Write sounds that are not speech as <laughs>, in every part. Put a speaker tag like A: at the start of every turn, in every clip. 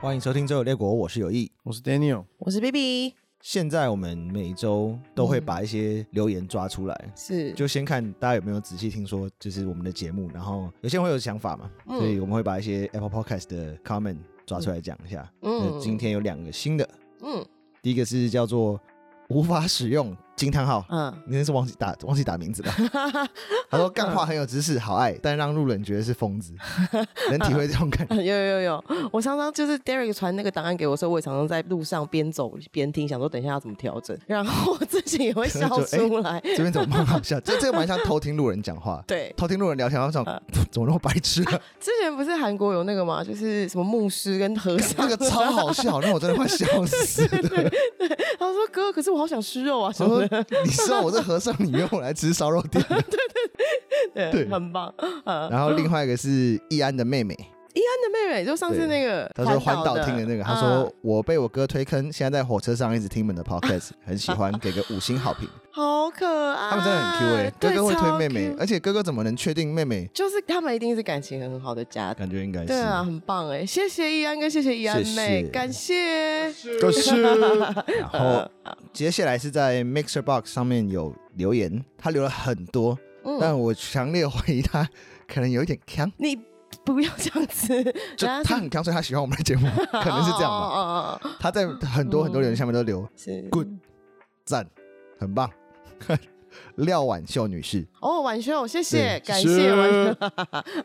A: 欢迎收听《周游列国》，我是有意。
B: 我是 <laughs> Daniel，
C: 我是 B B，
A: 现在我们每周都
C: 嗯
A: 会把一些留言抓出来，
C: 是
A: 就先看大家有没有仔细听说，就是我们的节目。然后有些人会有想法嘛，
C: 嗯
A: 所以我们会把一些 Apple Podcast 的 comment 抓出来讲一下。
C: 嗯
A: 那今天有两个新的，
C: 嗯
A: 第一个是叫做“无法使用惊叹号”，
C: 嗯， <laughs>
A: 你那是忘记打忘记打名字了。他说：“干话很有知识，好爱，
C: 嗯
A: 但让路人觉得是疯
C: <laughs>
A: 子，能体会这种感觉。
C: 有有有，我常常就是 Derek 传那个档案给我的时候，我也常常在路上边走边听，想说等一下要怎么调整，然后我自己也会笑出来。
A: 这边怎么蛮好笑？这这个蛮像偷听路人讲话，
C: 对，
A: 偷听路人聊天，然后想
C: 呃
A: <laughs> 怎么那么白痴 <laughs> 啊？
C: 之前不是韩国有那个嘛，就是什么牧师跟和
A: <laughs>
C: 尚，
A: 那个超好笑，让我真的快笑死
C: <laughs>
A: <laughs> 了。
C: 他说哥，可是我好想吃肉啊什
A: 他
C: 么
A: 说
C: 的，：“
A: 你知道我这和尚，你约我来吃烧肉店。
C: 对，
A: 对
C: 很棒。” <laughs> 嗯，
A: 然后另外一个是易安的妹妹，
C: 伊安的妹妹，就上次那个
A: 她说环岛
C: 的
A: 听的那个，她
C: 嗯
A: 说我被我哥推坑，现在在火车上一直听你们
C: <laughs>
A: 的 podcast，很喜欢，给个五星好评。
C: 好可爱，
A: 他们真的很 Q 哎、哥
C: 对
A: 哥会推
C: 啊超
A: 妹妹，
C: Q
A: 而且哥哥怎么能确定妹妹？
C: 就是他们一定是感情很好的家庭。
A: 感觉应该是
C: 对啊，很棒哎！谢谢易安跟谢谢易安
A: 谢
C: 妹，
A: 谢
C: 感谢。
A: <laughs>
B: 可是
A: 然后
C: 呃
A: 接下来是在 Mixer Box 上面有留言，他留了很多，
C: 嗯，
A: 但我强烈怀疑他可能有一点
C: <laughs>
A: 坑，
C: 你不要这样子，
A: 就他
C: 人家啊是
A: 很坑，所以他喜欢我们的节目，
C: <laughs>
A: 可能是这样吧。
C: 哦哦哦哦
A: 他在很多很多留言下面都留
C: 是
A: Good 赞，很棒。 <laughs> 廖婉秀女士，
C: 哦，婉秀，谢
A: 对
C: 谢，感
B: 是
C: 谢婉秀。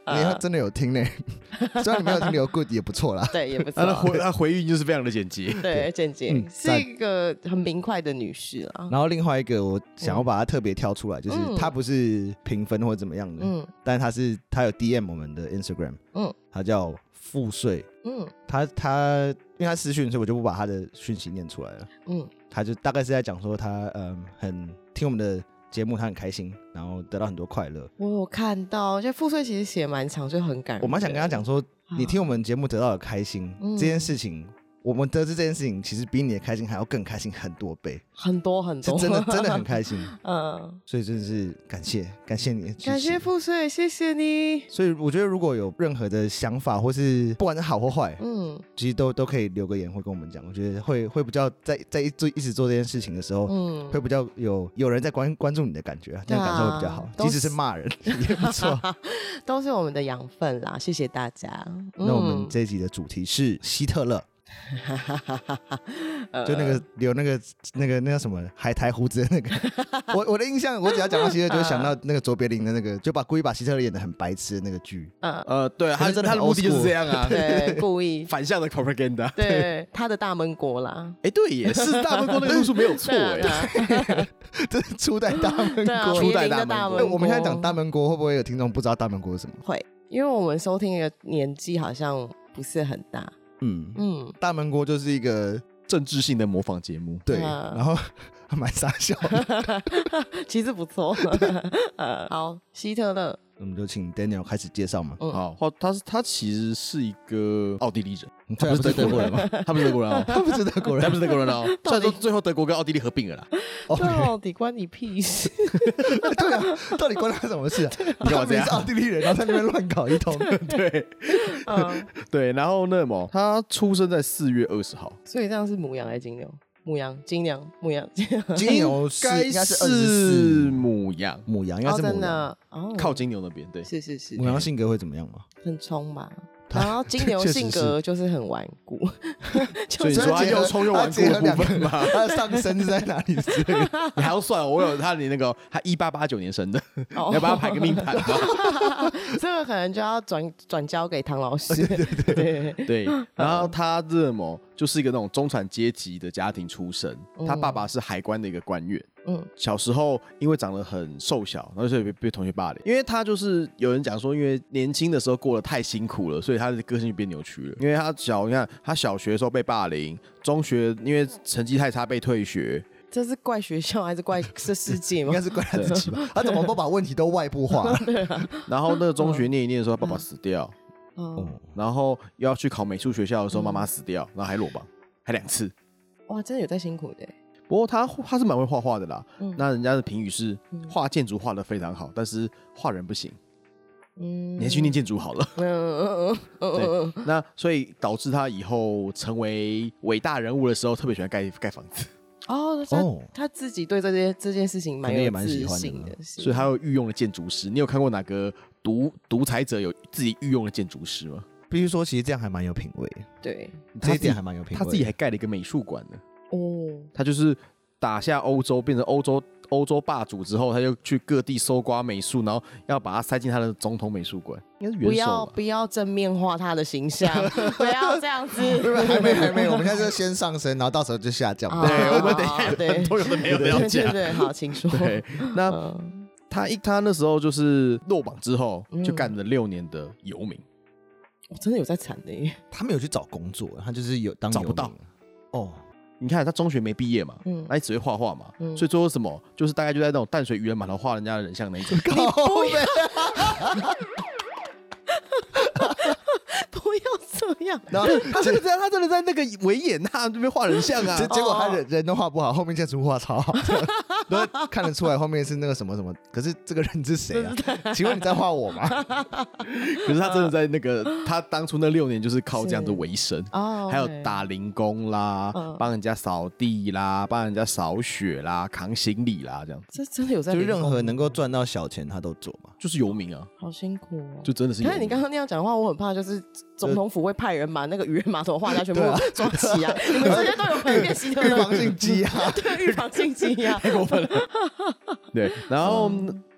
C: 呃
A: 你要真的有听呢，
C: <laughs>
A: 虽然你没有听留 good 也不错啦。
C: 对，也不
B: 他的
C: 错。
B: 回他回应就是非常的简洁。
C: 对，简洁
A: 嗯
C: 是一个很明快的女士啊。
A: 然后另外一个我想要把它特别挑出来，就是
C: 嗯
A: 它不是评分或者怎么样的，
C: 嗯
A: 但他是他有 DM 我们的 Instagram，嗯
C: 嗯，
A: 他叫赋税，
C: 嗯
A: 他他因为他私讯，所以我就不把他的讯息念出来了。
C: 嗯
A: 他就大概是在讲说他嗯很听我们的节目，他很开心，然后得到很多快乐。
C: 我有看到，就付穗其实写蛮长，所以很感人。
A: 我蛮想跟他讲说，
C: 啊
A: 你听我们节目得到的开心、
C: 嗯
A: 这件事情。我们得知这件事情，其实比你的开心还要更开心很多
C: <laughs>
A: 倍，
C: 很多很
A: 是
C: 多，
A: 真的真的很开心，
C: <laughs> 嗯，
A: 所以真的是感谢感谢你的支持，
C: 感谢付穗，谢谢你。
A: 所以我觉得如果有任何的想法，或是不管是好或坏，
C: 嗯
A: 其实都都可以留个言，会跟我们讲。我觉得会会比较在在一做一直做这件事情的时候，
C: 嗯，
A: 会比较有有人在关关注你的感觉，啊这样感受会比较好。
C: 啊都
A: 即
C: 是
A: 使是骂
C: <laughs>
A: 人也不错。
C: 都是我们的养分啦，谢谢大家。
A: 那我们
C: 嗯
A: 这一集的主题是希特
C: <laughs>
A: 勒，
C: 呃
A: 就那个留那个那个那叫什么海苔胡子的那
C: <laughs>
A: 个。我我的印象，我只要讲到希特勒，就会想到那个卓别林的那个，就把故意把希特勒演的很白痴的那个剧。
B: <laughs> 呃，对啊，
A: 可
B: 他
A: 是真的
B: 他
A: 很
B: 的目的
A: old
B: 就是这样
C: <laughs>
B: 啊， <laughs>
C: 对故意
B: 反向的 propaganda。
C: 对他的大闷锅啦。
B: 哎，对耶，是大闷锅那个路数没有
A: <laughs>
B: 错
C: 对啊，对
B: 哎。
C: <laughs> 啊
A: 这是初代大闷
C: 对啊，
A: 锅。
B: 初
C: 别
B: 代
C: 林
B: 大
C: 的
B: 闷
C: 大
B: 锅
C: 闷
A: 哎
C: 锅。
A: 我们现在讲大闷锅，会不会有听众不知道大闷锅是什么？
C: 会，因为我们收听的年纪好像不是很大。
A: 嗯，
C: 嗯，
A: 大闷锅就是一个
B: 政治性的模仿节目，
A: 对，
C: 嗯
A: 然后 <laughs> 还蛮傻笑的。 <laughs>
C: 其实不错。呃，好，希特勒，
A: 我们就请 Daniel 开始介绍嘛。
C: 嗯
B: 好，哦，他是他其实是一个奥地利人，
A: 他不是德国人吗？
B: 吗？ <laughs> 他不是德国人哦，
A: 他不是德国
B: 他
A: 人
B: 不。是德国人 <laughs> 哦。虽然说最后德国跟奥地利合并了啦，
A: OK，
C: 到底关你屁事？
A: 对啊，到底关他什么 <laughs> 事啊？
B: 你干嘛
A: 他
B: 这
A: 明明
B: 样
A: 是奥地利人，然后在那边乱搞一通。
B: <laughs> 对
C: 嗯，
B: 对。然后那么他出生在四月二十号，
C: 所以这样是母羊还是金牛？母羊、金羊、母羊、金羊。
A: 金牛是
B: 该
A: 应该是二十
B: 是
A: 四
B: 母羊，
A: 母羊，应该
C: 哦，
A: 是
C: 真
A: 母羊。
C: 的哦，
B: 靠金牛那边，对，
C: 是是是
A: 母，羊性格会怎么样吗？
C: 很冲吧。
A: 他
C: 然后金牛
A: 确实
C: 性格就是很顽固，
B: <laughs> 所以你
A: 所以
B: 说他
A: 结合
B: 又冲又
A: 他
B: 顽固
A: 结合
B: 的
A: 两
B: 部
A: 个 <laughs>
B: 分嘛，
A: 他的上升是在哪里之类的？
B: 你还要算？啊我有他的那个，他一八八九年生的，
C: 哦
B: 你要帮他排个
A: <laughs>
B: 命盘吗？
C: <laughs> 这个可能就要转转交给唐老师。对对
B: 对，
A: 嗯
B: 然后他这么就是一个那种中产阶级的家庭出身，他
A: 哦
B: 爸爸是海关的一个官员。
C: 嗯
B: 小时候因为长得很瘦小，然后就被被同学霸凌，因为他就是有人讲说，因为年轻的时候过得太辛苦了，所以他的个性就变扭曲了。因为他小，你看他小学的时候被霸凌，中学因为成绩太差被退学，
C: 这是怪学校还是怪这世界
A: 应
C: 吗
A: 该？是怪他自己吧？他怎么不把问题都外部化？ <laughs>
B: 然后那个中
A: 嗯
B: 学念一念的时候，他爸爸死掉，
C: 哦，
B: 然后又要去考美术学校的
C: 嗯
B: 时候，妈妈死掉，然后还落榜，还两次。
C: 哇，真的有在辛苦的。
B: 不过他他是蛮会画画的啦，
C: 嗯
B: 那人家的评语是画建筑画的非常好，但是画人不行。
C: 嗯，
B: 你还去念建筑好了。 <laughs>
C: 嗯嗯嗯嗯嗯嗯，
B: 那所以导致他以后成为伟大人物的时候，特别喜欢盖盖房子，
C: 哦，他
A: 哦，
C: 他自己对这件这件事情蛮
A: 可能
C: 有
A: 也蛮
C: 自
A: 喜欢的
C: 信
A: 吧
C: 的，
B: 所以他又御用了建筑师。你有看过哪个独独裁者有自己御用的建筑师吗？
A: 必须说，其实这样还蛮有品味，
C: 对
A: 这
B: 他
A: 一
B: 自己
A: 点还蛮有品味。
B: 他自己还盖了一个美术馆呢。
C: 哦，
B: 他就是打下欧洲，变成欧洲欧洲霸主之后，他就去各地搜刮美术，然后要把它塞进他的总统美术馆。应该是
C: 不
B: 元
C: 要
B: 首吧？
C: 不要正面化他的形象，不要这样
A: 没有
C: 子。
A: 没有还没还没，我们现在就先上升，然后到时候就下降。
C: 啊
B: 对，我们等一下
C: 啊对
B: 有很多有的没有的要
C: 对对
B: 讲。
C: 对，好，请说。
B: 对，那
C: 嗯
B: 他一他那时候就是落榜之后，
C: 嗯
B: 就干了六年的游民，
C: 我哦真的有在惨的耶。
A: 他没有去找工作，他就是有当
B: 找
A: 游
B: 不
A: 民
B: 到
A: 哦，
B: 你看他中学没毕业嘛，
C: 嗯
B: 他只会画画嘛，
C: 嗯
B: 所以最后什么就是大概就在那种淡水渔人码头画人家的人像那 <laughs> 一种。
A: 靠呗，
C: 不要这样。
A: 然后
B: 他真的在，他真的在那个维也纳这边画人像
A: <laughs>
B: 啊
A: 结，结
C: 哦
A: 果他人人都画不好，后面建筑物画 <laughs> 超好的，然后看得出来后面是那个什么什么，可是这个人是谁
C: <laughs>
A: 啊？请问你在画我吗？
B: 可是他真的在那个他当初那六年啊就是靠这样子
C: 是
B: 为生。
C: 哦，
B: 还有
C: OK
B: 打零工啦
C: 嗯，
B: 帮、人家扫地啦，帮人家扫雪啦，扛行李啦，这样
C: 这真的有在
A: 就
C: 领
A: 任
C: 红
A: 何能够赚到小钱他都做
C: <laughs>
A: 嘛。
B: 就是游民啊，
C: 好辛苦哦。
B: 就真的是游
C: 但
B: 民。
C: 是你刚刚那样讲的话，我很怕，就是总统府会派人把那个渔人码头画家全
A: <laughs>
C: 部
A: 对啊
C: 抓起来。
A: <laughs>
C: 你们这些都有很练习的
A: 预
C: 人，
A: <laughs> 防性鸡啊，
C: 对预防性啊羁
B: <laughs>
C: 押。
B: 太过分
C: <laughs>
B: 了，对。然后、
C: 啊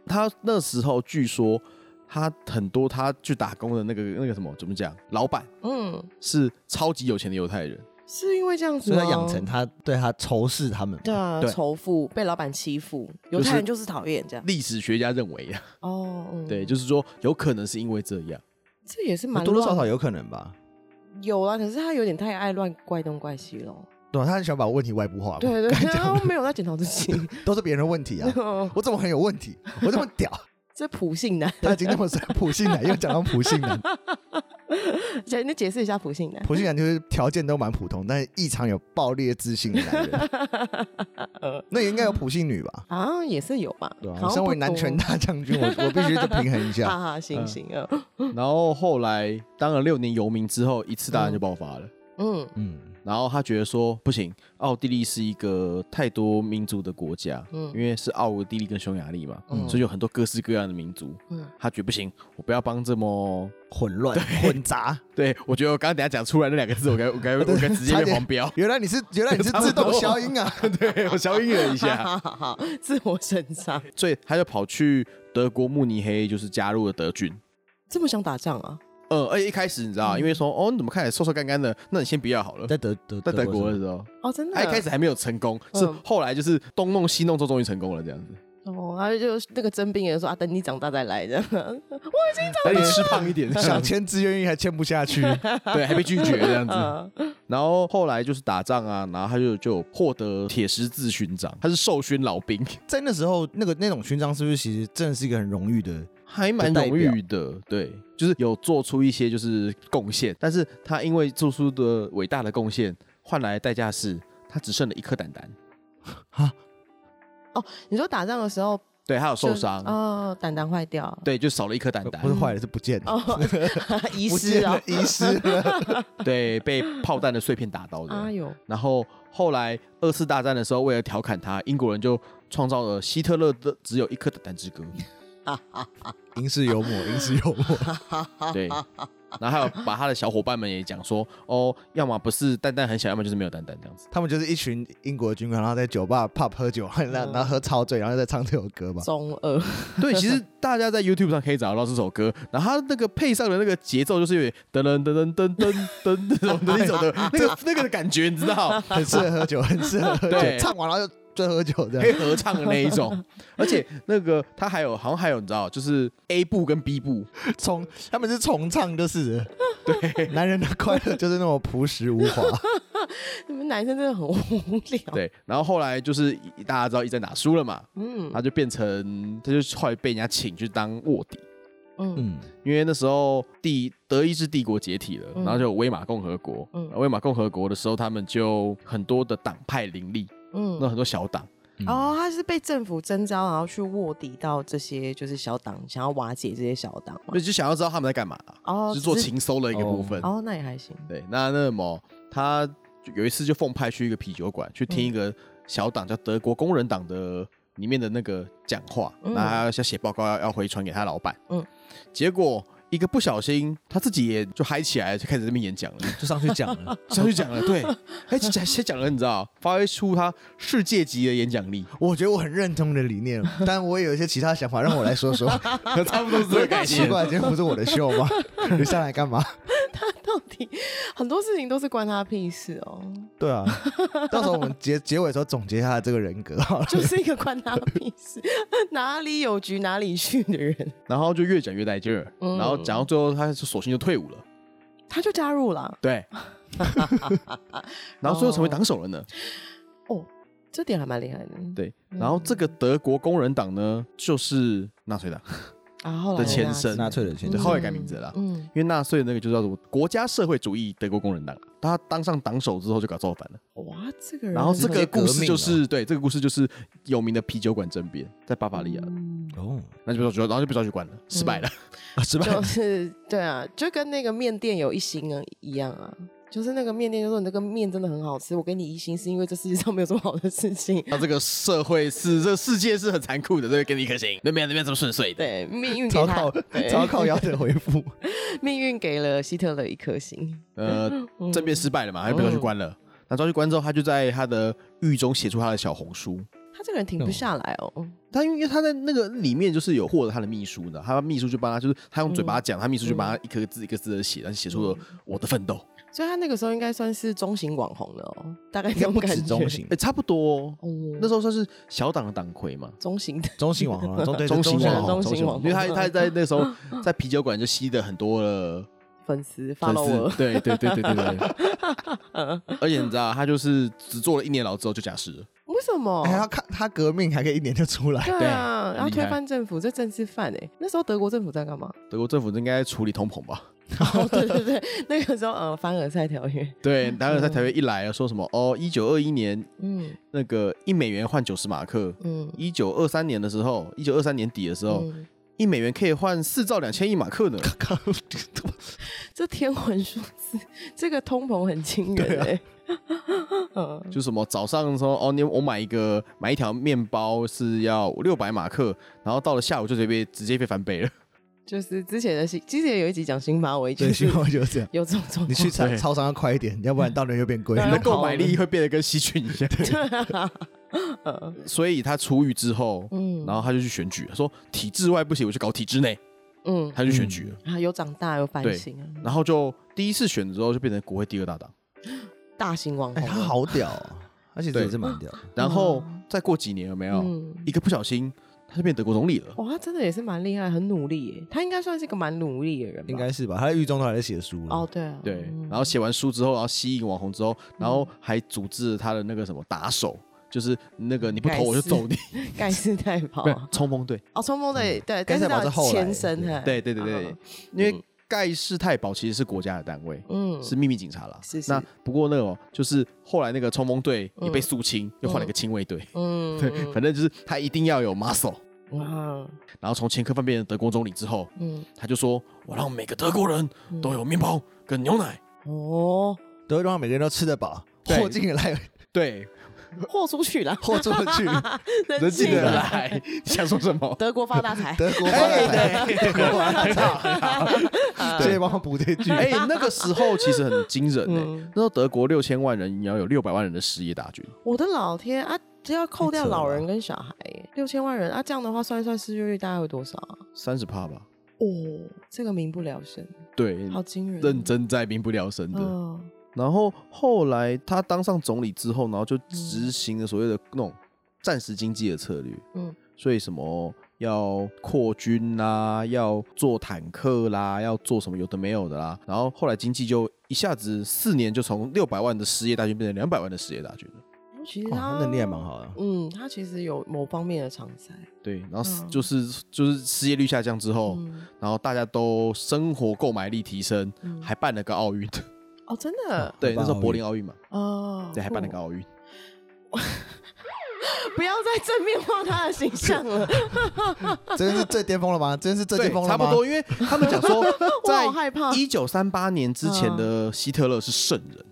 B: 他那时候据说他很多他去打工的那个那个什么怎么讲，老板
C: 嗯，
B: 是超级有钱的犹太人，
C: 是因为这样子
A: 所以
C: 吗？
A: 他养成他对他仇视他们。
C: 对啊，
B: 对
C: 仇富被老板欺负，
B: 就
C: 犹
B: 是
C: 太人就是讨厌这样。
B: 历史学家认为啊，
C: 哦，嗯
B: 对，，就是说有可能是因为这
C: <laughs>
B: 样，
C: 这也是蛮
A: 多多少
C: 乱
A: 少有可能吧。
C: 有啊，可是他有点太爱乱怪东怪西了。
A: 对啊，他很喜欢把问题外部化嘛，
C: 对对，对他没有在检讨自己。 <laughs>
A: 都是别人的问题啊。我怎么很有问题？我这么
C: <laughs>
A: 屌？
C: 这普信男，
A: 他已经那么帅，普信
C: <laughs>
A: 男又讲到普信男，
C: 解你解释一下普信男。
A: 普信男就是条件都蛮普通，但是异常有爆裂自信的男人。
C: <laughs>
A: 那也应该有普信女吧？
C: 啊，也是有吧？
A: 对啊，
C: 好像
A: 身为男
C: 不多
A: 拳，大将军，我我必须就平衡一
C: 哈
A: 下。
C: 哈，行行啊，嗯
B: 然后后来当了六年游民之后，一次大战就爆发了。
C: 嗯
A: 嗯，
B: 然后他觉得说不行，奥地利是一个太多民族的国家，
C: 嗯
B: 因为是奥地利跟匈牙利嘛，
C: 嗯
B: 所以有很多各式各样的民族。
C: 嗯
B: 他觉得不行，我不要帮这么。
A: 混乱混杂。
B: 对，我觉得我刚刚等一下讲出来那两个字，我该我该我该直接
A: 差
B: 被
A: 点。
B: 黄标
A: <laughs>
B: <laughs>
A: 原来你是原 <laughs> 来你是自动消音啊！
B: 对，我消音了一
C: 哈
B: 下，
C: <laughs> 哈哈哈，自我审查，
B: 所以他就跑去德国慕尼黑，就是加入了德军。
C: 这么想打仗啊？
B: 呃，而且一开始你知道，因为说哦，你怎么看起来瘦瘦干干的？那你先不要好了。
A: 在德德
B: 在德国
A: 是吗
B: 的时候，
C: 哦，真的？
B: 他哎一开始还没有成功，是
C: 嗯
B: 后来就是东弄西弄之后，终于成功了这样子。
C: 哦，他就那个征兵也说啊，等你长大再来的。
B: 而且吃胖一 <laughs> 点，
A: 想签志愿意还签不下去，
B: 对，还被拒绝这样子。
C: 嗯
B: 然后后来就是打仗啊，然后他就就获得铁十字勋章，他是授勋老兵，
A: <laughs> 在那时候那个那种勋章是不是其实真的是一个很荣誉的？
B: <laughs> 还蛮荣誉的。对，就是有做出一些就是贡献，但是他因为做出的伟大的贡献，换来的代价是他只剩了一颗蛋蛋，
C: <laughs> 你说打仗的时候
B: 对，他有
C: 就
B: 受伤，
C: 哦，胆囊坏掉，
B: 对，就少了一颗蛋蛋
A: 呃不，是坏了，是不见了，
C: 哦， <laughs> 遗
A: 不
C: 失
A: 见
C: 啊
A: 了，， <laughs> 遗失了。
B: <laughs> 对，被炮弹的碎片打到的。
C: 啊有，
B: 然后后来二次大战的时候，为了调侃他，英国人就创造了希特勒的只有一颗蛋蛋之歌。
A: 英式幽默，英式幽默。
B: 对， <laughs> 然后还有把他的小伙伴们也讲说，哦，要么不是蛋蛋很小，要么就是没有蛋蛋这样子。
A: <laughs> 他们就是一群英国军官，然后在酒吧 pub 喝酒，然
C: 嗯
A: 后然后喝超醉，然后再唱这首歌吧。
C: 中二， <laughs>
B: 对，其实大家在 YouTube 上可以找到这首歌，然后他那个配上的那个节奏就是有点噔噔噔噔噔噔噔这种的一种的那个那个的感觉，你知道，
A: 很适合喝酒，很适合喝酒，
B: 对
A: 唱完然后就就喝酒
B: 可以
A: 的。
B: 合唱的那一种。而且那个他还有好像还有你知道，就是 A 部跟 B 部，
A: 重他们是重唱，就是对 <laughs> 男人的快乐就是那种朴实无
D: <laughs>
A: 华。
C: 你们男生真的很无聊。
B: 对，然后后来就是大家知道一战打输了嘛，
C: 嗯
B: 他就变成他就后来被人家请去当卧底。
C: 嗯
A: 嗯，
B: 因为那时候帝德意志帝国解体了，
C: 嗯
B: 然后就有威玛共和国。啊
C: 嗯
B: 威玛共和国的时候，他们就很多的党派林立，那嗯
C: 嗯
B: 很多小党。
C: 哦，他是被政府征召，然后去卧底到这些就是小党，想要瓦解这些小党嘛
B: 那。就想要知道他们在干嘛啊、
C: 哦
B: 是做
C: 只是
B: 情搜的一个部分。
C: 哦，那也还行。 <laughs>
B: 对，那那么他就有一次就奉派去一个啤酒馆去听一个
C: 嗯
B: 小党叫德国工人党的里面的那个讲话，
C: 嗯
B: 那他要写报告要要回传给他老板，
C: 嗯
B: 嗯，结果一个不小心他自己也就嗨起来了，就开始在那边演讲了，
D: 就上去讲了，
B: 上去讲了， <laughs> 对，哎讲先讲了，你知道，发挥出他世界级的演讲力，
A: <laughs> 我觉得我很认同你的理念， <laughs> 但我也有一些其他想法，让我来说
D: <laughs>
A: 说。
B: <laughs>
D: 哎
B: 差不多是这个概 <laughs>
A: 奇
B: 念。
A: 怪，今天不是我的秀吗？你上来干嘛？
C: 到底很多事情都是关他屁事哦，
A: 对啊，到时候我们结结尾的时候总结一下他这个人格好了。
C: <laughs> 就是一个关他屁事， <laughs> 哪里有局哪里去的人，
B: 然后就越讲越带劲儿，
C: 嗯
B: 然后讲到最后，他就索性就退伍了，
C: 他就加入了。
B: 对， <laughs> 然后最后成为党首了呢。
C: 哦，这点还蛮厉害的。
B: 对，然后这个德国工人党呢，就是纳粹党， <laughs>
C: 啊，后来
B: 的前
D: <laughs>
B: 身
D: 纳粹的前
B: 对，
D: 身
C: 嗯
B: 后来改名字了啦。
C: 嗯，
B: 因为纳粹那个就叫做国家社会主义德国工人党，他当上党首之后就搞造反了。
C: 嗯哇，这个人，
B: 然后这
D: 直
B: 个
D: 接革
B: 故
D: 命
B: 事就
D: 了
B: 是对，这个故事就是有名的啤酒馆政变，在巴伐利亚，
C: 嗯
D: 哦，
B: 那就被抓，然后就被抓去关了， <laughs> 失败了。
D: 失败
C: 就。是对啊，就跟那个面店有一星啊一样啊。就是那个面店，就说你那个面真的很好吃，我给你一星是因为这世界上没有这么好的事情。
B: 那这个社会是这个世界是很残酷的，这个给你一颗星，那边那边这么顺遂的。
C: 对，命运给
B: <laughs>
A: 超
C: 他
A: 靠，<laughs>
C: 对
A: 超靠腰的回复，
C: <laughs> 命运给了希特勒一颗星。
B: 呃，
C: 嗯
B: 政变失败了嘛，他就被抓去关了。那抓去关之后，他就在他的狱中写出他的小红书。
C: 他这个人停不下来哦。
B: 他因为他在那个里面就是有获得他的秘书的，他秘书就帮他，就是他用嘴巴讲，他秘书就帮他一颗字一个字的写，但是写出了我的奋斗，
C: 所以他那个时候应该算是中型网红了哦，大概
D: 应
C: 这
D: 该
C: 种
D: 不
C: 感
D: 止
C: 觉。
D: 中
A: <laughs>
D: 型
B: 哎、，差不多、哦。
C: 哦，
B: 那时候算是小党的党魁嘛，
C: 中型的 <laughs>
D: 中型网 <laughs> 红啊，中对
B: 中型
C: 网
B: 红，
C: 红
B: 中型
C: 中型网
B: 因
C: 红
B: 为他他在那时 <laughs> 候在啤酒馆就吸了很多的
C: 粉丝
B: 粉
C: follow
B: 丝，对对对对对对。 <laughs> 而且你知道，他就是只做了一年牢之后就假释了，
C: 我，为什么？
A: 哎，他看他革命还可以一年就
D: <laughs>
A: 出来，
C: 对啊，
B: 对
C: 然后
B: 很厉
C: 推
B: 害
C: 翻政府，这政治犯哎、那时候德国政府在干嘛？
B: 德国政府应该处理通膨吧？
C: 哦，对对对，那个时候呃，凡尔赛条约，
B: 对，然后在条约一来说什么哦，一九二一年
C: 嗯
B: 那个一美元换九十马克，
C: 嗯，
B: 一九二三年的时候，一九二三年底的时候，
C: 嗯
B: 一美元可以换四兆两千亿马 <laughs> 克呢。
C: 这天文数字，这个通膨很惊人哎、嗯，
B: 就什么早上说哦，你我买一个买一条面包是要六百马克，然后到了下午就直接被直接被翻倍了。
C: 就是之前的新，之前有一集讲新马尾，就
A: 对，
C: 是
A: 希望就是这样。
C: 有这种状
A: 你去
C: 况。
A: 超
B: 对
A: 超商要快一点，要不然到那就变贵。
C: 对
B: 你
C: 啊
B: 的购买力会变得跟细菌一样，
C: <laughs>
B: <laughs>
C: 对啊，嗯
B: 所以他出狱之后，
C: 嗯
B: 然后他就去选举，他说体制外不行，我就搞体制内，
C: 嗯，
B: 他就选举了。
C: 啊，有长大有反
B: 对
C: 省啊，
B: 然后就第一次选之后就变成国会第二大党，
C: 大型网
D: 哎，
C: 红，啊
D: 他，好屌哦，他其实
B: 对
D: 也是蛮屌的，
B: 然后再过几年有没有、
C: 嗯。
B: 一个不小心他就变德国总理了？
C: 哇，他真的也是蛮厉害，很努力耶。他应该算是一个蛮努力的人吧。
D: 应该是吧？他在狱中都还在写书了
C: 哦，，对啊，
B: 对
C: 嗯，
B: 然后写完书之后，然后吸引网红之后，然后还组织了他的那个什么打手，就是那个你不投我就揍你，
C: 盖世太保
B: 没有 <laughs> 冲锋队。
C: 哦，冲锋队
D: 盖
C: 对，盖
D: 世
C: 世
D: 太保是
C: 的
D: 后来
C: 前身嘿
B: 对对对对
C: 啊，
B: 因为盖世太保其实是国家的单位，
C: 嗯，
B: 是秘密警察啦。
C: 是是
B: 那不过那种就是后来那个冲锋队也被
C: 嗯
B: 肃清，又换了一个亲卫队。<laughs>
C: 嗯，
B: 对，反正就是他一定要有 muscle。
C: 正啊，
B: 然后从前科犯变成德国总理之后，
C: 嗯，
B: 他就说：“我让每个德国人
C: 嗯
B: 都有面包跟牛奶。
C: 哦，
A: 都会让每个人都吃得饱，
B: 对
A: 货进来，
B: 对，
C: 豁出去了，
A: 货出
C: <laughs>
A: 去，
B: 人进得
C: 了，
B: 来。你想说什么？
C: 德国发大财，
A: 德国发
B: 哎
A: 财，德国发财，
C: 啊
A: 谢谢帮我补这一
C: <laughs>
A: 句。
B: 哎、那个时候其实很惊人呢、
C: 嗯
B: 那时候德国六千万人，你要有六百万人的失业大军，
C: 我的老天啊！这要扣掉
D: 太扯了
C: 老人跟小孩耶，六千万人啊！这样的话算一算失业率大概会多少啊？
B: 三十趴吧。
C: 哦，这个民不聊生，
B: 对，
C: 好惊
B: 嗯
C: 人，哦
B: 认真在民不聊生的。
C: 嗯
B: 然后后来他当上总理之后，然后就执行了所谓的那种战时经济的策略。
C: 嗯
B: 嗯，所以什么要扩军啦，要做坦克啦，要做什么有的没有的啦。然后后来经济就一下子四年就从六百万的失业大军变成两百万的失业大军了。
C: 其实
D: 哇，
C: 他
D: 他能力还蛮好的。
C: 嗯，他其实有某方面的常才。
B: 对，然后是
C: 嗯
B: 就是、就是失业率下降之后，
C: 嗯，
B: 然后大家都生活购买力提升，
C: 嗯
B: 还办了个奥运。
C: 哦，真的
B: 对，那时候
D: 奥运
B: 柏林奥运嘛，
C: 哦，
B: 对，还办了
C: 酷
B: 个奥运。
C: 不要再正面化他的形象了，
A: 真的是最巅峰了吗？真的是最
B: 对
A: 巅峰，了
B: 差
A: 吗？
B: 不多，因为他们讲说
C: <laughs> 我
B: 在
C: 好害 <laughs> 怕
B: 一九三八年之前
C: 嗯
B: 的希特勒是圣人，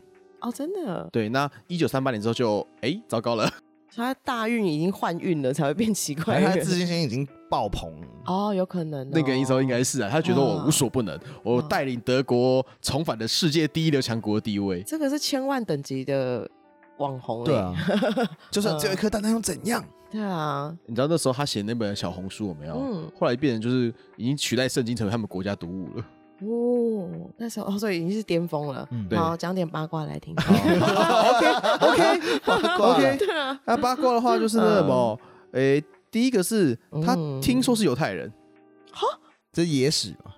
C: 哦，真的，
B: 对，那一九三八年之后就哎、糟糕
C: <laughs>
B: 了，
C: 他大运已经换运了，才会变奇怪
A: 还
C: 的
A: 是他
C: 人
A: 自信心已经爆棚，
C: 哦，有可能哦
B: 哎那个人一周应该是啊，他觉得我
C: 哦
B: 无所不能，我
C: 嗯
B: 带领德国重返了世界第一流强国的地位。
C: 这个是千万等级的网红，
A: 对，啊，
C: <laughs>
A: 就算
C: 嗯
A: 只有一颗蛋，那又怎样？
C: 对啊，
B: 你知道那时候他写那本小红书有没有？
C: 嗯
B: 后来变成就是已经取代圣经成为他们国家读物
C: <laughs>
B: 了。
C: 哦，那时候哦，所以已经是巅峰了。
B: 嗯对哦
C: 好，讲点八卦来听。
B: OK
C: 嗯
A: 八卦
B: OK，
C: 对啊，
B: <laughs> 那八卦的话就是那什么，诶、第一个是他
C: 嗯
B: 听说是犹太人，
D: 这是野史嘛？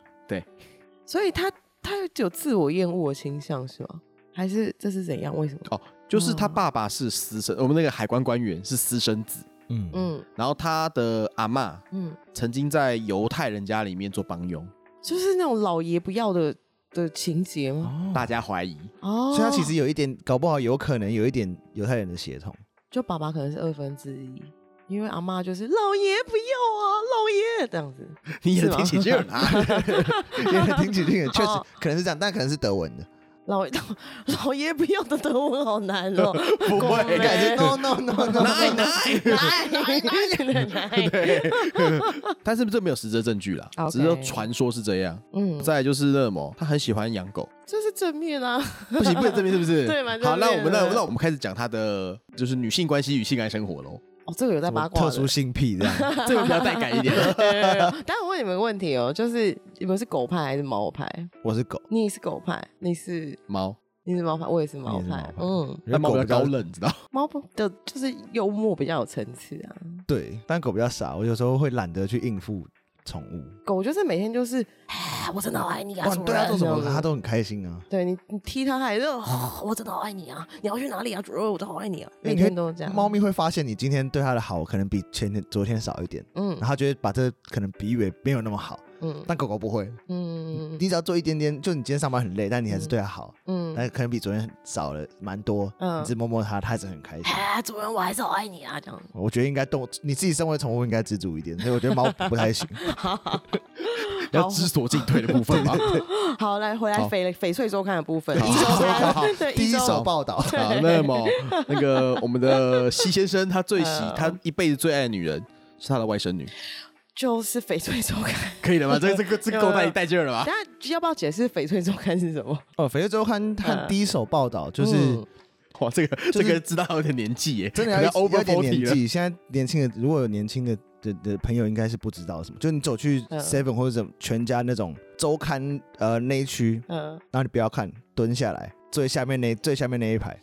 C: 所以他他有自我厌恶的倾向是吗？还是这是怎样？为什么？
B: 哦，就是他
C: 嗯
B: 爸爸是私生，我们那个海关官员是私生子，
D: 嗯嗯，
C: 嗯
B: 然后他的阿嬷
C: 嗯，
B: 曾经在犹太人家里面做帮佣，
C: 就是那种老爷不要的的情节吗？
B: 大家怀疑。 <laughs>
C: 哦，
A: 所以他其实有一点，搞不好有可能有一点犹太人的血
C: <laughs>
A: 统。
C: 就爸爸可能是二分之一，因为阿妈就是老爷不要啊，老爷这样子。
B: 你
C: 是
B: 也
C: 吗
B: 听起劲
C: <laughs>
B: 儿啊！
A: 也听起听起，确实
C: 哦
A: 可能是这样，但可能是德文的。
C: 老老老爷不要的德文好难哦，
B: 不会
C: 狗妹
A: 感
C: <laughs>
A: 觉哦 no no no no，
B: 奶 <laughs> 奶，
C: 来来来来来，
B: 但是这没有实质证据啦，
C: OK
B: 只是说传说是这样。
C: 嗯，
B: 再来就是那什么，他很喜欢养
C: <laughs>
B: 狗，
C: 这是正面啊，
B: 不行，不能证明是不是？
C: <laughs> 对蛮
B: 好，
C: 正
B: 那我
C: 面
B: 们那
C: 的
B: 那我们开始讲他的就是女性关系与性爱生活喽，
C: 哦，这个有在八卦
D: 特
C: 的
D: 殊性癖这样，
B: 这个比较带感一
C: <laughs>
B: 点。
C: 对对对对但我问你们个问题哦，就是你们是狗派还是猫派？
D: 我是
C: <laughs>
D: 狗，
C: 你是狗派，你是
B: 猫，
C: 你是猫派，我也是猫
D: 你也是猫
C: 派
D: 派。
C: 嗯，
B: 但猫
D: 狗
B: 比
D: 比
B: 较
D: 较
B: 高冷，你
C: <laughs>
B: 知道？
C: 猫派的就是幽默比较有层次啊。
D: 对，但狗比较傻，我有时候会懒得去应付宠物，
C: 狗就是每天就是，哎，我真的好爱你啊，
D: 哇，
C: 主人
D: 对啊，做什么
C: 这样
D: 它
C: 子
D: 都很开心啊。
C: 对你，你踢它，它也是、哦，我真的好爱你啊！你要去哪里啊，主人？我都好爱你啊！
A: 因为
C: 每
A: 你会
C: 天都这样。
A: 猫咪会发现你今天对它的好，可能比前天、昨天少一点，
C: 嗯，
A: 然后它就会把这可能比喻为没有那么好。
C: 嗯
A: 但狗狗不会，
C: 嗯嗯
A: 你只要做一点点，就你今天上班很累，但你还是对它好，
C: 嗯，
A: 但可能比昨天少了蛮多。
C: 嗯
A: 你只摸摸它，它还是很开心。
C: 哎，主人，我还是好爱你啊！这样，
A: 我觉得应该动，你自己身为宠物应该知足一点，所以我觉得猫不太
C: <laughs>
A: 行。
B: 要知所进退的部分嘛。
C: 好，来回来
B: 好
C: 翡翡翠周刊的部分，
B: 好
C: 一周刊
A: 好，
C: 对，
A: 第一
C: 周
A: 手报
C: <laughs>
A: 道，
B: 好，那么那个我们的西先生，他最喜
C: 嗯
B: 他一辈子最爱的女人是他的外甥女，
C: 就是翡翠周刊。
B: 可以了吗？这这个这个够带带劲儿了吧？
C: 那要不要解释翡翠周刊是什么？
A: 哦，翡翠周刊它
C: 嗯
A: 第一手报道就是
C: 嗯
B: 哇，这个这个知道有点年纪耶，
A: 真的
B: 可
A: 要
B: 能
A: 一
B: over
A: 有点
B: forty
A: 年
B: 了。
A: 纪。现在年轻的，如果有年轻的的的朋友，应该是不知道什么。就你走去
C: 嗯
A: Seven 或者什么全家那种周刊呃那一区，
C: 嗯，
A: 然后你不要看，蹲下来最下面那最下面那一
C: <laughs>
A: 排，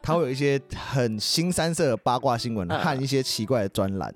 A: 它会有一些很新三色的八卦新闻
C: 嗯
A: 和一些奇怪的专栏。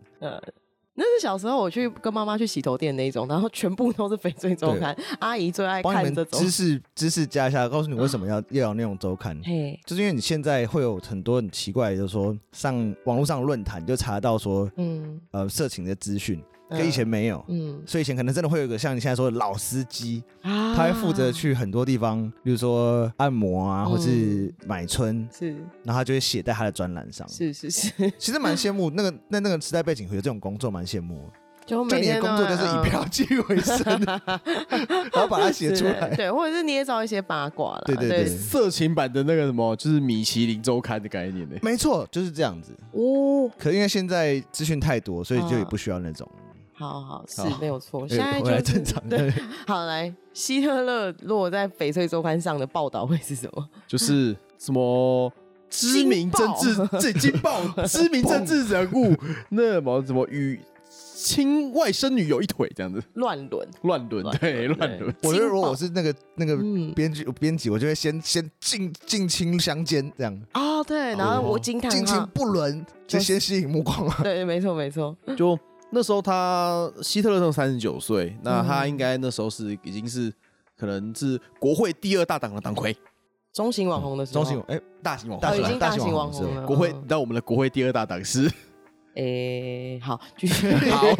C: 那是小时候我去跟妈妈去洗头店那一种，然后全部都是翡翠周刊，阿姨最爱
A: 帮
C: 看
A: 你
C: 这
A: 们
C: 种嗯
A: 知。识知识加一下，告诉你为什么要要有那种周刊。
C: 嘿，
A: 就是因为你现在会有很多很奇怪的，就是说上网络上论坛就查到说，
C: 嗯，
A: 呃，色情的资讯
C: 嗯
A: 跟以前没有，
C: 嗯
A: 所以以前可能真的会有一个像你现在说的老司机，
C: 啊
A: 他会负责去很多地方，比如说按摩啊，
C: 嗯
A: 或是买春，
C: 是
A: 然后他就会写在他的专栏上。
C: 是是是，
A: 其实蛮羡慕那个那那个时代背景有这种工作，蛮羡慕的。
C: <laughs>
A: 就
C: 就每
A: 你的
C: 天嗯
A: 工作就是以嫖妓为生，
C: <laughs>
A: <laughs> 然后把它写
C: 写
A: 出来。
C: 对，或者是捏造一些八卦啦。
A: 对对对
B: 色情版的那个什么，就是米其林周刊的概念呢。
A: 没错，就是这样子。
C: 哦，
A: 可因为现在资讯太多，所以就也
C: 嗯
A: 不需要那种。
C: 好好是
B: 好
C: 没有错，
A: 对
C: 现在
A: 哎回来
C: 就
A: 正
C: 是
A: 常
C: 对， <laughs> 好来，希特勒落在翡翠周刊上的报道会是什么？ <laughs>
B: 就是什么知名政治
C: 劲
B: <laughs> 这劲爆知名政治人 <laughs> 物，那么什么与亲外甥女有一腿这样子，
C: 乱伦，
B: 乱伦对乱伦，
A: <laughs> 我觉得
C: 惊
A: 如果
C: 爆
A: 我是那个那个
C: 嗯
A: 编剧编辑，我就会先先近近亲相奸这样，
C: 哦，对，然后我惊叹
A: 近亲
C: 号，
A: 不伦就先吸引目光 <laughs> 啊。
C: 对，没错没错，
B: 就那时候他希特勒那三十九岁，那他应该那时候是已经是可能是国会第二大党的党魁，
C: 中型网红的时候，
A: 中信，哎，
B: 大型网
A: 大
C: 哦，
B: 红哦
A: 型网
C: 已经
A: 大
C: 大
A: 型
C: 型
A: 网
C: 网
A: 红
C: 红了。
B: 国会，
C: 嗯
B: 你知道我们的国会第二大党是
C: 诶、好，
A: <laughs>
C: 继续。
B: 好，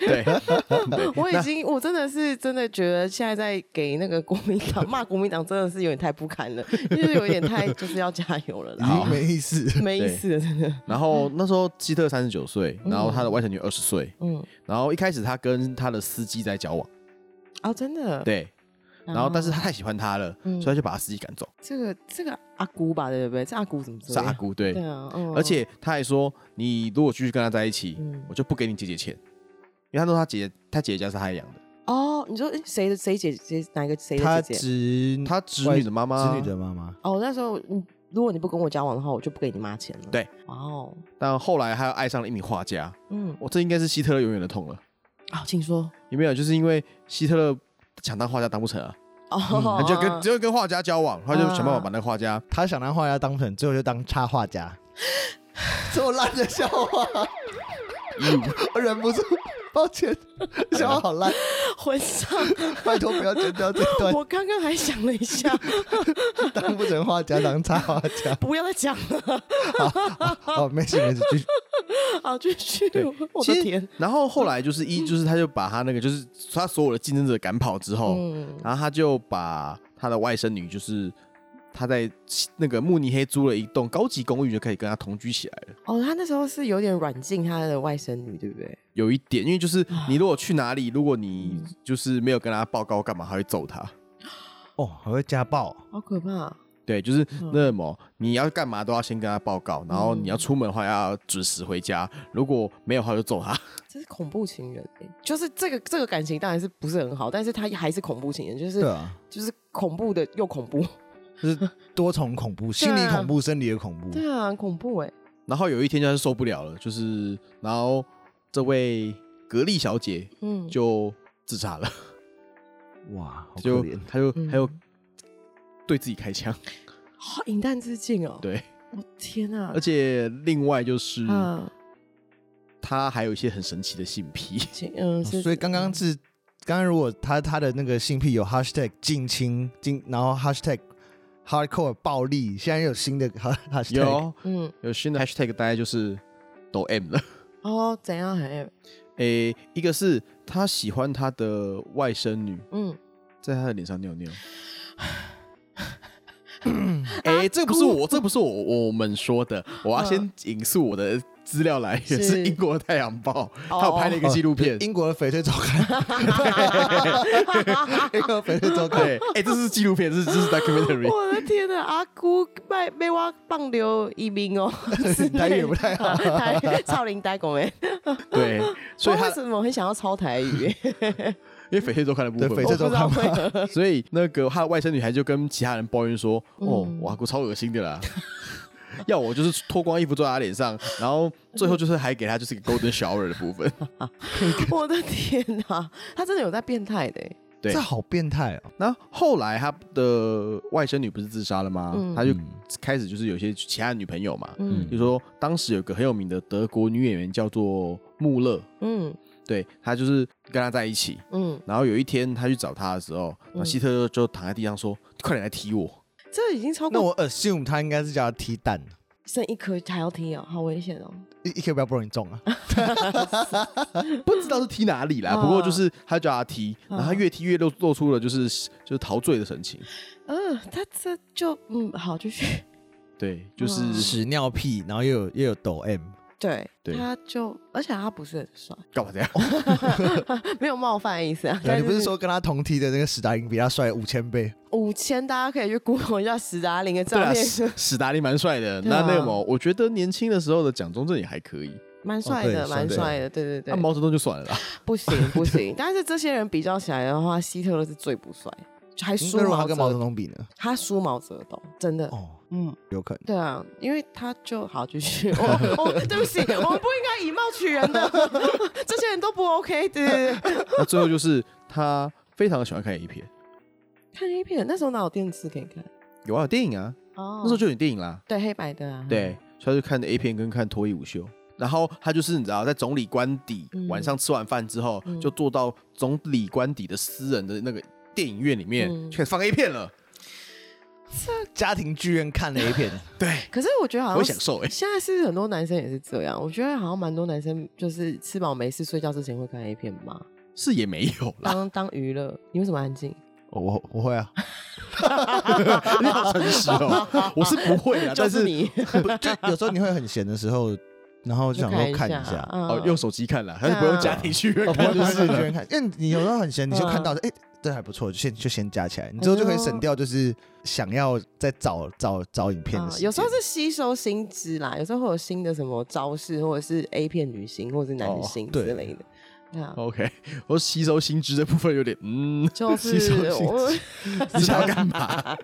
B: 对， <laughs>
C: 我已经，我真的是真的觉得现在在给那个国民党骂国民党，真的是有点太不堪了，就是有点太就是要加油了
A: 已
C: 啦，
A: <laughs> <laughs> 经没意思。
C: 没意思了，真的。
B: 然后那时候希特三十九岁，然后他的外甥女二十岁，
C: 嗯，
B: 然后一开始他跟他的司机在交往，
C: 啊，真的。
B: 对，然后但是他太喜欢他了，
C: 嗯
B: 所以他就把他司机赶走，
C: 这个这个阿姑吧，对不对？这阿姑怎么这
B: 是
C: 样？
B: 阿姑，对
C: 对，啊，嗯
B: 而且他还说，你如果继续跟他在一起
C: 嗯，
B: 我就不给你姐姐钱，因为他说他姐姐他姐姐家是他养的，
C: 哦，你说诶谁的谁姐姐哪一个谁
A: 他
C: 的姐姐？
A: 侄
B: 他侄女的妈妈，
A: 侄女的妈妈，
C: 哦，那时候嗯如果你不跟我交往的话，我就不给你妈钱了。
B: 对，
C: 哇哦，
B: 但后来他又爱上了一名画家，
C: 嗯，
B: 我这应该是希特勒永远的痛了，
C: 啊，请说。
B: 有没有？就是因为希特勒想当画家当不成啊，
C: 哦，
B: 他就跟只有跟画家交往，他就想办法把那个画家
A: 他想当画家当成，最后就当插画家。 <laughs> 这么烂的笑话，我忍不住，抱 <laughs> 歉，笑话好烂，
C: <laughs> 婚丧。
B: <laughs>
A: 拜托不要剪掉这段。
C: 我刚刚还想了一
B: <laughs>
C: 下，
A: 当不成画家，当插画 <laughs> 家。
C: 不要再讲了，
A: 哦，没事没事，继续。
C: 好，继续
B: 对。
C: 我
B: 其
C: 的
B: 实
C: 天， <laughs> 嗯
B: 然后后来就是一，就是他就把他那个就是他所有的竞争者赶跑之后，
C: 嗯
B: 然后他就把他的外甥女，就是他在那个慕尼黑租了一栋高级公寓，就可以跟他同居起来了。
C: 哦，他那时候是有点软禁他的外甥女，对不对？
B: 有一点，因为就是
C: 啊
B: 你如果去哪里，如果你
C: 嗯
B: 就是没有跟他报告干嘛，他会揍他。
A: <laughs> 哦，还会家暴，
C: 好可怕，啊
B: 对，就是那么你要干嘛都要先跟他报
C: 嗯
B: 告，然后你要出门的话要准时回家，如果没有的话就揍
C: <laughs>
B: 他。
C: 这是恐怖情人欸、就是这个这个感情当然是不是很好，但是他还是恐怖情人，就是
A: 对 <laughs> 啊，
C: 就是恐怖的又恐怖，
A: 就是多重恐怖，心理恐怖，生理的恐怖。
C: <laughs> 对啊，很恐怖哎、
B: 然后有一天他就受不了了，就是然后这位格力小姐
C: 嗯，
B: 就自杀了，
A: 哇，好可
B: <laughs> 就
A: 怜。
B: 她就
C: 嗯
B: 她就对自己开
C: <laughs>
B: 枪，
C: 好饮弹自尽哦，
B: 对，
C: 天啊
B: 而，且另外就是
C: 啊，
B: 她还有一些很神奇的性
C: <laughs>
B: 癖，
C: 请嗯，是
A: 哦所以刚刚是，刚刚如果他他的那个性癖有 hashtag 近亲，近然后 hashtag hardcore 暴力，现在又有新的 <laughs> ha- hashtag，
B: 有
C: 嗯
B: 有新的 hashtag 大概就是抖 M
C: <laughs>
B: 了，
C: 哦，怎样还
B: 诶、一个是他喜欢他的外甥女
C: <laughs> 嗯，
B: 在他的脸上尿
C: <laughs>
B: 尿。哎、
C: 啊
B: 这不是我，这不是我我们说的，我要先引述我的资料来源
C: 嗯是哦
B: 是英国的《太阳报》，他有拍了一个纪录
C: <laughs>
B: 片。
A: 英国的翡翠周刊， <laughs> 英国的翡翠周刊，
B: <laughs> 对，哎、这是纪录片，这是这是
C: <laughs>
B: documentary。
C: 我的天呐，阿姑被被我放流移民哦，之类
A: <laughs>
C: 的
A: 台语也不太好
C: <laughs> 台超龄呆狗哎，
B: 对，所以
C: 不知道
B: 他
C: 为什么我很想要抄台语
A: <laughs>
C: 欸？
B: 因为翡翠周刊的部
A: 对
B: 分
A: 翡翠
B: 嘛
C: 我
A: 周
C: 不知道
A: 刊
C: 为
A: 嘛，
B: 所以那个他的外甥女孩就跟其他人抱怨说：“哦，
C: 嗯
B: 我阿姑超恶心的啦， <laughs> 要我就是脱光衣服坐在她脸上，然后最后就是还给她就是一个 golden shower 的部分。
C: <laughs>
B: <laughs>
C: 我的天呐，他真的有在变态的欸，
B: 对
A: 这好变态哦。
B: 那后来他的外甥女不是自杀了吗？
C: 嗯
B: 他就开始就是有些其他的女朋友嘛，
C: 嗯
B: 就说当时有个很有名的德国女演员叫做穆勒，
C: 嗯
B: 对她就是跟他在一起。
C: 嗯，
B: 然后有一天他去找她的时候，然后希特勒就躺在地上说：“快点来踢我
C: 这已经超
A: 那
C: 过
A: 我 assume 他应该是叫他踢蛋，啊
C: 剩一颗还要踢哦，好危险哦，
A: 一一颗不要不容易中啊。！”
C: 嗯 <laughs>
B: 不知道是踢哪里啦，
C: 啊
B: 不过就是他叫他踢，然后他越踢越露露出了就是就是陶醉的神情。
A: 呃
C: 嗯，他这就嗯好继续。
B: 对，就是
C: 哇
A: 屎尿屁，然后又有又有抖 M，
C: 对，
B: 对
C: 他就，而且他不是很帅， <laughs>
B: 干嘛这样？
C: 没有冒犯的意思啊。
A: 对
C: 但
A: 你不是说跟他同梯的那个史达林比他帅五千倍？
C: 五千，大家可以去 Google 一下史达林的照
B: 对啊，
C: 片，
B: 史史达林蛮帅
C: <laughs>
B: 的。
C: 对
B: 那
C: 啊
B: 那个嘛，我觉得年轻的时候的蒋中正也还可以，
C: 蛮帅
A: 哦对
C: 的，蛮
A: 帅
C: 帅的，对对
B: 那
C: 对。
B: 毛泽东就算了啦。
A: <laughs>
C: 不行不行，但是这些人比较起来的话，希特勒是最不帅，还输
A: 嗯那如果
C: 毛
A: 他
C: 泽
A: 跟毛泽东比呢？
C: 他输毛泽东，真的，
A: 哦，
C: 嗯，
A: 有可能。
C: 对啊，因为他就好继续，我我对不起，我们不应该以貌取人的， <laughs> 这些人都不 OK，对对 <laughs> 对。
B: 那最后就是他非常喜欢看 A 片，
C: 看 A 片，那时候哪有电视可以看？
B: 有啊，有电影啊，
C: 哦，
B: 那时候就有电影啦。
C: 对黑白的啊，
B: 对，所以他就看 A 片跟看脱衣舞秀。然后他就是你知道，在总理官邸、
C: 嗯
B: 晚上吃完饭之后，
C: 嗯
B: 就坐到总理官邸的私人的那个电影院里面，
C: 嗯
B: 去、始放 A 片了。
A: 家庭剧院看了一
C: <laughs>
A: 遍，
B: 对，
C: 可啊是我觉得
B: 我
C: 好像
B: 享受哎、
C: 现在是很多男生也是这样，我觉得好像蛮多男生就是吃饱没事睡觉之前会看 A 片吧，
B: 是也没有啦，
C: 当当娱乐。你为什么安静？
A: 我我
C: <laughs>
A: 我会啊，
B: <laughs> 你好诚实哦、我是不会啊，
C: 就
B: 但是
C: 你
A: 不 <laughs> 就有时候你会很闲的时候，然后就想说看
C: <laughs> 一
A: 一下，
B: 哦
C: 哦，
B: 用手机看啦，还是
C: 嗯
B: 不用家庭剧院
A: 哦，不
B: 看
A: 会 <laughs>
B: 就
A: 就是是
B: 了。
A: 看，因为你有时候很闲，你就看到哎。这还不错，就先就先加起来，你之后就
C: 哎
A: 可以省掉，就是想要再找找找影片的
C: 啊
A: 时间。
C: 有时候是吸收新知啦，有时候会有新的什么招式，或者是 A 片女星，或者是男星
A: 哦
C: 之
A: 对
C: 类的。对啊，
B: OK，我吸收新知这部分有点嗯，
C: 就
B: 吸
C: 是
B: 收新知
C: 我，
B: 你想要干嘛？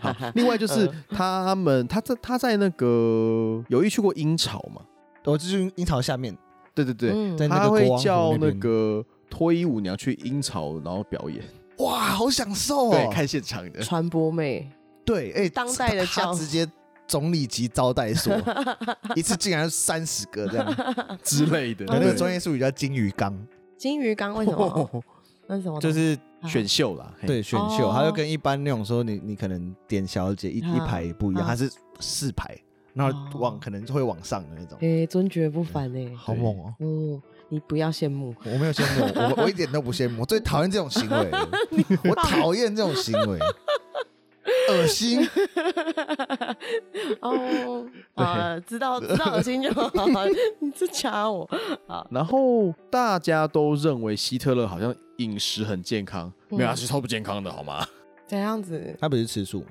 B: 好，另外就是
C: 嗯
B: 他们，他在他在那个有意去过鹰巢嘛？
A: 我就是樱桃下面，
B: 对对对，
C: 嗯
A: 在那
B: 他
A: 个
B: 会
A: 国王府
B: 叫
A: 那
B: 那
A: 边
B: 个脱衣舞娘去鹰巢，然后表演，
A: 哇，好享受
B: 对，
A: 哦！
B: 看现场的。
C: <laughs> 传播妹，
A: 对，哎、
C: 当代的
A: 他
C: 教
A: 直接总理级招待所，
C: <laughs>
A: 一次竟然三十个这样，
B: 之类的，
A: 那
B: 对
A: 个专业术语叫金鱼缸，
C: 金鱼缸为什 <laughs> 么？那是什么？
A: 就是
B: 选秀啦，嘿，
A: 哦对选秀，
C: 哦
A: 它就跟一般那种说你你可能点小姐一
C: 啊
A: 一排不一样，
C: 啊
A: 它是四排，然
C: 哦
A: 后往可能就会往上的那种，
C: 哎，尊爵不凡哎，
A: 好猛哦！
C: 嗯，你不要羡慕，
A: 我没有羡慕，我我一点都不羡慕，我最讨厌这种行为
C: <laughs>
A: 了，我讨厌这种行为，恶心。
C: <laughs> 哦，啊，知 <laughs> 道知道恶心就好，你这掐我，
B: 然后大家都认为希特勒好像饮食很健康，
C: 嗯
B: 没有，他是超不健康的，好吗？
C: 怎样子？
A: <laughs> 他不是吃素吗？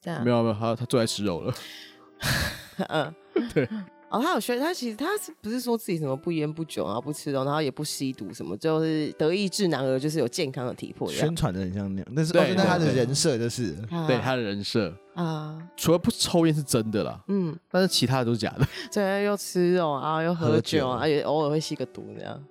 C: 这
A: 啊
C: 样
B: 没有没有，他他最爱吃肉了。
C: <laughs> 嗯，
B: 对。
C: 哦，他有学，他其实他是不是说自己什么不烟不酒，然后不吃肉，然后也不吸毒，什么就是德意志男儿，就是有健康的体魄这样
A: 宣传的很像那样，但是
B: 对
A: 哦，那他的
B: 对对
A: 人设就是
C: 啊
B: 对他的人设，
C: 啊，
B: 除了不抽烟是真的啦，
C: 嗯，
B: 但是其他的都是假的。
C: 对，又吃肉啊，又喝
A: 喝
C: 酒
A: 酒
C: 啊，也偶尔会吸个毒这样。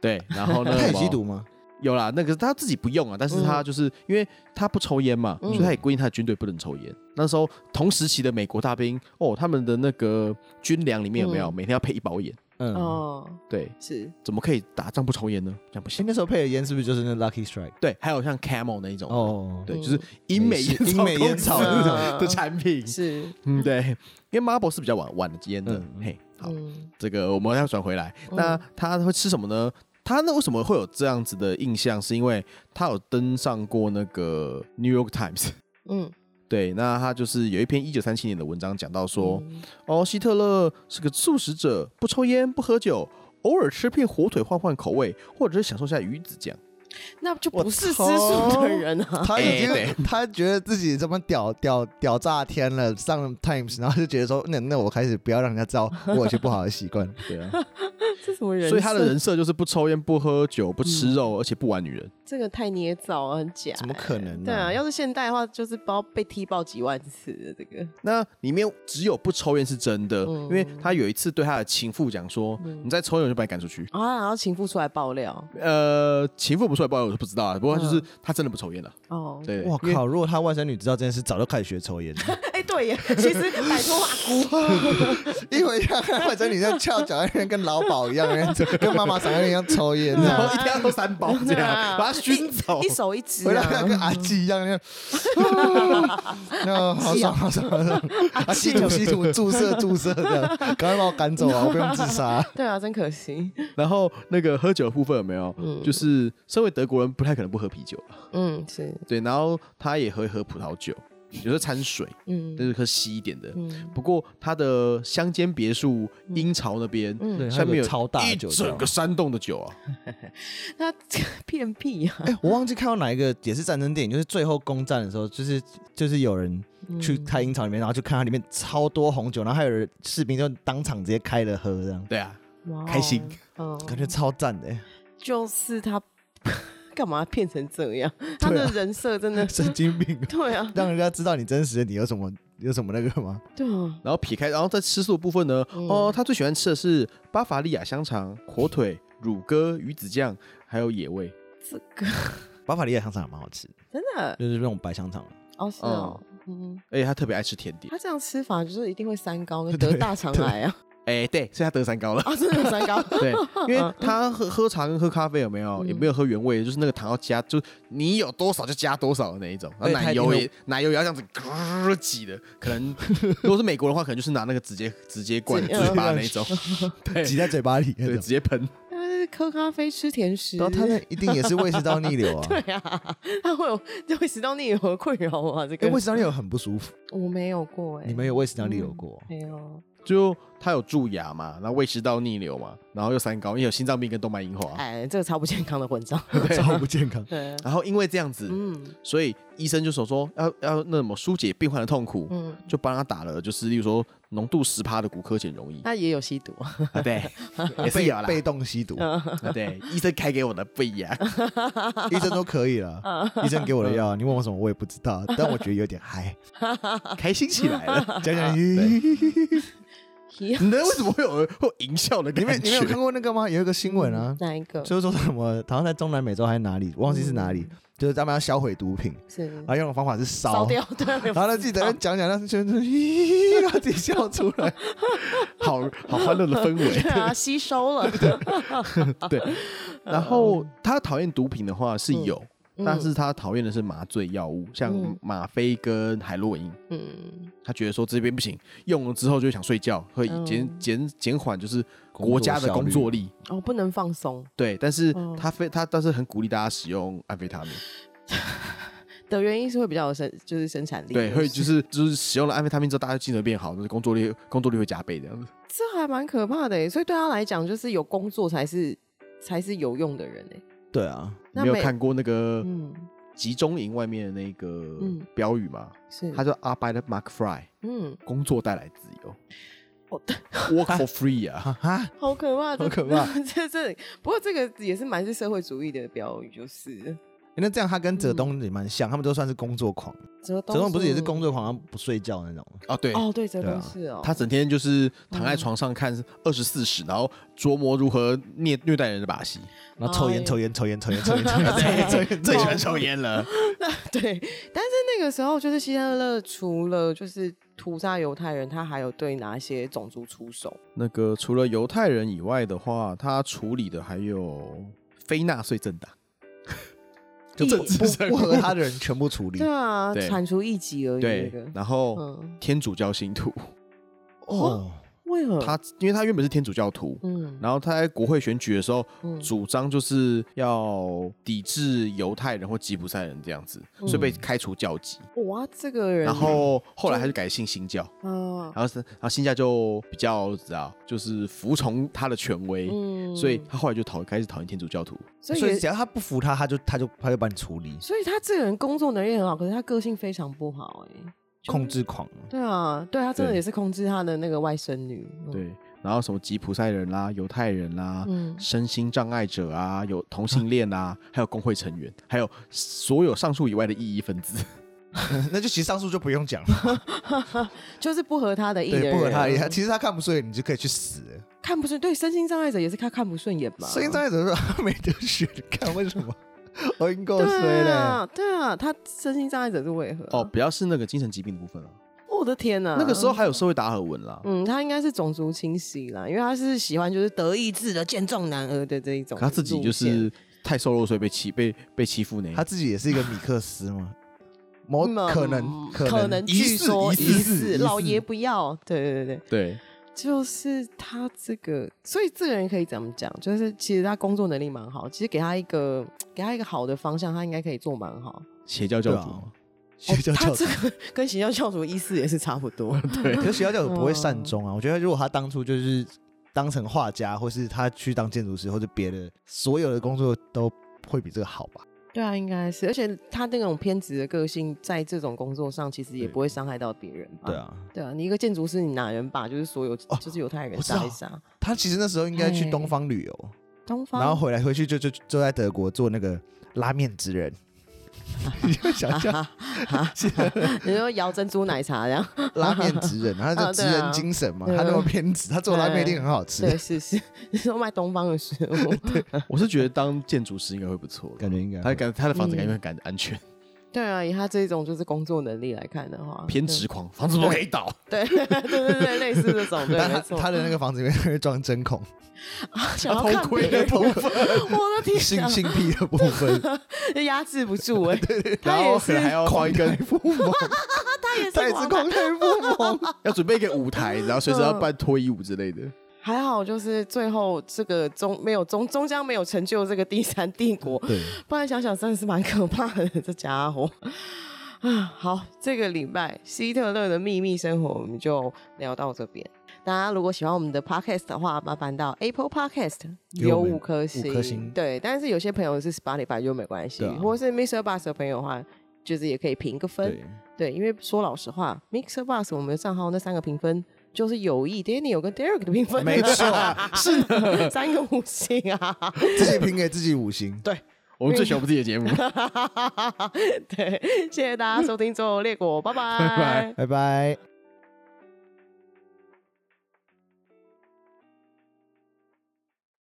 B: 对，然后呢，
A: 他也
B: 什么
A: 吸毒吗？
B: 有啦，那个是他自己不用啊，但是他就是、因为他不抽烟嘛，
C: 嗯
B: 所以他也规定他的军队不能抽烟。那时候同时期的美国大兵哦，他们的那个军粮里面有没有、
C: 嗯
B: 每天要配一包烟？
A: 嗯，
C: 哦，
B: 对，
C: 是
B: 怎么可以打仗不抽烟呢？这样不
A: 哎
B: 行。
A: 那时候配的烟是不是就是那 Lucky Strike？
B: 对，还有像 Camel 那一种，
A: 哦，
B: 对，
C: 嗯
B: 就是英美烟
A: 英美烟
B: 草
A: 草
B: 公司
C: 嗯
B: 的 <laughs>
A: <laughs>
B: 产品。
C: 是，
B: 嗯，对，因为 Marble 是比较晚晚的烟的。
A: 嗯
B: 嘿，好，
C: 嗯
B: 这个我们要转回来。
C: 嗯
B: 那他会吃什么呢？他那为什么会有这样子的印象？是因为他有登上过那个《New York Times》。
C: 嗯，
B: 对，那他就是有一篇一九三七年的文章讲到说，
C: 嗯
B: 哦，希特勒是个素食者，不抽烟，不喝酒，偶尔吃片火腿换换口味，或者是享受下鱼子酱。
C: 那就不是吃
A: 我操
C: 素的人
A: <laughs>
C: 啊。
A: 他已经、
B: 哎
A: 他觉得自己这么屌屌屌炸天了，上了 Times，然后就觉得说，那那我开始不要让人家知
B: <laughs>
A: 道我有些不好的习惯。
B: 对啊，
C: 这什么人设？嗯
B: 所以他的人设就是不抽烟、不喝酒、不吃肉，而且不玩女人。
C: 这个太捏造了，很假。
A: 怎么可能呢
C: 对啊，要是现代的话，就是包被踢爆几万次的这个。
B: 那里面只有不抽烟是真的，
C: 嗯
B: 因为他有一次对他的情妇讲说：“你再抽烟我就把你赶出去。
C: 啊，然后情妇出来爆料”
B: 呃，情妇不出来，不然我就不知道了。不过就是
C: 嗯
B: 他真的不抽烟了。
C: 哦，
B: <laughs> 对，
A: 我
B: 因为！
A: 靠！如果他外甥女知道这件事，早就开始学抽烟了。 <laughs>
C: 哎、对耶，其实摆脱阿
A: 因为他外甥女像翘脚在那边跟老鸨一样，在那边跟妈妈嗓音一样抽烟，
C: 对
A: 然
B: 然 <laughs>
A: 后
B: 后一天要抽三包这样，
C: 啊
B: 把他熏走
C: 姑，一。手一只
A: 回来
C: 啊，
A: 跟阿纪一样，那
B: <laughs>
A: 那好爽好爽好爽！啊，吸土吸土，注射注射，这样赶快把我赶走啊！我不用自杀。
C: 对啊，真可惜。
B: 然后那个喝酒的部分有没有？就是身为德国人，不太可能不喝啤酒了。
C: <laughs> 嗯，是，
B: 对，然后他也会喝葡萄酒，有时候掺水，
C: 嗯
B: 就是喝稀一点的。
C: 嗯，
B: 不过他的乡间别墅鹰巢那边，
C: 嗯
B: 下面有
A: 超大
B: 一
A: 酒
B: 整个山洞的酒啊，
C: 那骗屁呀、啊！
A: 哎、我忘记看到哪一个也是战争电影，就是最后攻占的时候，就是就是有人去开鹰巢里面，然后就看它里面超多红酒，然后还有人士兵就当场直接开了喝，这样
B: 对啊，
C: 哇哦
B: 开心，
C: 嗯，
A: 感觉超赞的、欸，
B: <laughs>
C: 就是他 <laughs> 干嘛变成这样？他的人设真
A: <laughs>
C: 的，
A: 神经病，
C: 对啊，
A: 让人家知道你真实的你有什么有什么那个吗？
C: 对啊，
B: 然后撇开，然后在吃素的部分呢，
C: 嗯
B: 哦，他最喜欢吃的是巴伐利亚香肠、火腿、乳鸽、鱼子酱，还有野味。
C: 这个
A: 巴伐利亚香肠还蛮好吃，
C: <laughs> 真的
A: 就是那种白香肠，
C: 哦，是哦，嗯。
B: 哎而且他特别爱吃甜点，
C: 他这样吃法就是一定会三高，跟得大肠癌啊！
B: 哎，对，所以他得三高了。
C: 啊，真的有
A: <laughs>
C: 三高，
B: <laughs> 对，因为他喝喝茶跟喝咖啡有没有，也没有喝原味，就是那个糖要加，就是你有多少就加多少的那一种。然后
A: 对他
B: 奶
A: 一定
B: 油
A: 会
B: 也奶油也要这样子咯挤的，可能如果是美国的话，可能就是拿那个直接直接灌
C: 直接
B: 嘴巴那一种，对
D: 挤在嘴巴里那
B: 对，
D: 种
B: 直。接喷。
C: 他喝咖啡吃甜食，
A: 然后他那一定也是胃食道逆流
B: <laughs>
A: 啊。
C: 对啊，他会有就会食道逆流的困扰吗？这
A: 哎，
C: 个
A: 胃食道逆流很不舒服，
C: 我没有过哎，
A: 你们有啊胃食道逆流过？
C: 没有？
B: 就他有蛀牙嘛，然后胃食道逆流嘛，然后又三高，因为有心脏病跟动脉硬化，
C: 哎，这个超不健康的混
A: <laughs>
C: 账。。
D: 超不健康
C: 对，
B: 然后因为这样子，
C: 嗯
B: 所以医生就手说要要那什么疏解病患的痛苦，
C: 嗯，
B: 就帮他打了就是例如说浓度十趴的骨科碱溶液，
C: 他也有吸毒，
B: 啊对， <laughs> <laughs> 也是
A: 被
B: 有啦，
A: 被动吸毒，
B: 啊对，医生开给我的不一 <laughs> 样，
D: 医生都可以了，医生给我的药，你问我什么我也不知道，但我觉得有点嗨。
B: 开心起来了。
D: 讲讲，
C: <laughs>
B: 你那为什么会有会有淫笑的
A: 你们
B: 感
A: 你们有
B: 觉？
A: 看过那个吗？有一个新闻啊，
C: 哪一个？
A: 就是说什么好像在中南美洲还是哪里，忘记是哪里，就是他们要销毁毒品，
C: 是
A: 然后用的方法是烧
C: 烧。掉，对，啊
A: 然 <laughs> 后他自己在那边讲讲，但是咦，然后自己笑出来。
B: <laughs> 好好欢乐的氛
C: <laughs>
B: 围。
A: <laughs>
C: 对啊，吸收了，
B: 对，然后他讨厌毒品的话是有，
C: 嗯
B: 但是他讨厌的是麻醉药物，像
C: 嗯
B: 吗啡跟海洛因。
C: 嗯，
B: 他觉得说这边不行，用了之后就想睡觉，会
C: 嗯
B: 减减减缓就是
A: 工作
B: 国家的工作力。
C: 哦，不能放松，
B: 对，但是
C: 嗯
B: 他非他但是很鼓励大家使用安非他命，
C: 的原因是会比较有生，就是生产力，
B: 对，会就是就是使用了安非他命之后，大家精神变好，就是工作力工作力会加倍这样子。
C: 这还蛮可怕的耶，欸所以对他来讲，就是有工作才是才是有用的人哎。
A: 对啊，
B: 你
C: 那
B: 没有
C: 美
B: 看过那个
C: 嗯，
B: 集中营外面的那个
C: 嗯
B: 标语吗？
C: 是，
B: 他叫 Arbeit Mark Fry，
C: 嗯，
B: 工作带来自由
C: 哦，
B: ，Work for free 啊。
A: 哈哈，
C: 好可怕，
A: 好可怕
C: <laughs> 这这，不过这个也是蛮是社会主义的标语，就是
A: 那这样他跟泽东也蛮像，他们都算是工作狂。
C: 泽东
A: 泽东不是也是工作狂，然后不睡觉那种。
B: 哦，对，
C: 哦，嗯对，泽
A: 对
C: 东
A: 啊
C: 是哦，
B: 他整天就是躺在床上看二十四史，然后琢磨如何虐虐待人的把
C: <laughs>
B: 戏，
A: 然后抽
C: 哎
A: 烟，抽烟，抽烟，抽烟，抽烟，抽烟，
B: 最
C: 哦
B: 喜欢抽烟
C: <laughs>
B: 了。
C: 对，但是那个时候就是希特勒除了就是屠杀犹太人，他还有对哪些种族出手？
B: 那个除了犹太人以外的话，他处理的还有非纳粹政党，
A: 就
C: 一
A: 不不不合他的人全部处理
C: 对。啊，
B: 对
C: 铲除异己而已。那
B: 对
C: 个，，
B: 然后
C: 嗯，
B: 天主教信徒，
A: 哦，
C: 为何？
B: 他因为他原本是天主教徒，
C: 嗯
B: 然后他在国会选举的时候
C: 嗯
B: 主张就是要抵制犹太人或吉普赛人这样子，
C: 嗯
B: 所以被开除教籍。
C: 哇，这个人，哦
B: 然后后来他就改信新教，
C: 啊，
B: 然后是，然后新教就比较知道，就是服从他的权威，
C: 嗯
B: 所以他后来就讨开始讨厌天主教徒。
C: 所以
A: 所以
C: 也
A: 只要他不服他，他就他就他就把你处理，
C: 所以他这个人工作能力很好，可是他个性非常不好哎。
A: 控制狂。
C: 对啊，对他真的
B: 对
C: 也是控制他的那个外甥女。嗯，
B: 对，然后什么吉普赛人啦、犹太人啦、
C: 嗯
B: 身心障碍者啊、有同性恋啊，还有工会成员，还有所有上述以外的异议分子。
A: <laughs> 那就其实上诉就不用讲 <laughs> 了，
C: 就是不合他的意的
A: 对，不合
C: 人
A: 他的意。其实他看不顺眼，你就可以去死。
C: 看不顺，对身心障碍者也是他看不顺眼嘛。
A: 声音障碍者说没得选，看为什么？我已经够衰
C: 对
A: 了。
C: 啊，对啊，他身心障碍者是为何啊？哦
B: 哦，比较是那个精神疾病的部分啊。
C: 我的天呐！
B: 那个时候，还有社会达尔文啦，
C: 嗯，他应该是种族清洗啦，因为他是喜欢就是德意志的健壮男儿的这一种
B: 可
C: 路
B: 他
C: 线。嗯
B: 自己就是太瘦弱，所以被欺被被欺负呢。
A: 他自己也是一个米克斯嘛，某
C: 嗯
A: 可能
C: 可
A: 能
C: 据说
B: 疑似疑似
C: 似
B: 疑似
C: 老爷不要，对对对对，
B: 对，
C: 就是他这个，所以这个人可以怎么讲？就是其实他工作能力蛮好，其实给他一个给他一个好的方向，他应该可以做蛮好。哦
B: 邪教教
A: 对
B: 主嘛
A: 啊。邪教
C: 他
A: 教
C: 这
A: 主，
C: 个跟邪教教主意思也是差不多。 <laughs>
A: 可是邪教教主不会善终啊。我觉得如果他当初就是当成画家，或是他去当建筑师，或者别的所有的工作都会比这个好吧。
C: 对啊，应该是，而且他那种偏执的个性，在这种工作上其实也
B: 对
C: 不会伤害到别人吧？
A: 对，啊，
C: 对啊，你一个建筑师，你哪人把就是所有、
A: 哦
C: 就是犹太人
A: 我知道
C: 杀一杀？
A: 他其实那时候应该去东方旅游，
C: 东方，
A: 然后回来回去就就就在德国做那个拉面之人。 <laughs> 你就想象
C: 你说摇珍珠奶茶这样，
A: 拉面职人，他
C: 啊
A: 的职
C: 对啊
A: 人精神嘛，
C: 嗯
A: 他那么偏执，他做拉面一定很好吃，
C: 对，是 <laughs> 是，你说卖东方的食物，
A: <laughs>
B: 我是觉得当建筑师应该会不错的，
A: 感觉应该
B: 他
A: 会
B: 感他的房子感觉
C: 嗯
B: 很感安全。
C: 对啊，以他这种就是工作能力来看的话，啊
B: 偏执狂，房子不可以倒，
C: 对 <laughs> 对对对，类似这种，对，
D: 但
C: 没
D: 他
C: 错。
D: 他的那个房子里面会装针
C: <laughs>
D: 孔，
B: <laughs>
C: 想要
B: 啊头
C: 看
B: 盔
C: 别
B: 的
C: 人，
B: 头
A: <laughs>
B: 发，
C: <laughs> 我的天
D: 性
C: 啊，
D: 性癖的部分，
C: 就压制不住哎， <laughs> 他
B: 然后
C: 也
B: 可能还
C: 是，
B: 要放一根，
C: <laughs> 他嗯也是
D: 他也是
C: 王
D: 公
C: 牌，
D: 开不
C: <laughs>
D: 萌。
B: 要准备一个舞台，然后随时要办脱衣舞之类的。
C: 还好就是最后这个终没有终终将没有成就这个第三帝国，
D: 嗯对，
C: <laughs> 不然想想真的是蛮可怕的，这家伙。啊，好，这个礼拜希特勒的秘密生活我们就聊到这边。大家如果喜欢我们的 podcast 的话，麻烦到 Apple Podcast
D: 给
C: 有
D: 我们
C: 五颗星，
D: 五颗星
C: 对。但是有些朋友是 Spotify 就没关系，
D: 对啊
C: 或是 Mr. Bus 的朋友的话，就是也可以评个分，
D: 对
C: 对，因为说老实话，Mixer Bus 我们的账号那三个评分就是有意 Danny 有跟 Derek 的评分，
B: 没错， <laughs>
C: 是的，三个五星啊， <laughs>
D: 自己评给自己五星。
B: 我们最喜欢我们自己的节目，
C: 对，谢谢大家收听《周游列国》，拜拜
B: 拜拜
D: 拜拜。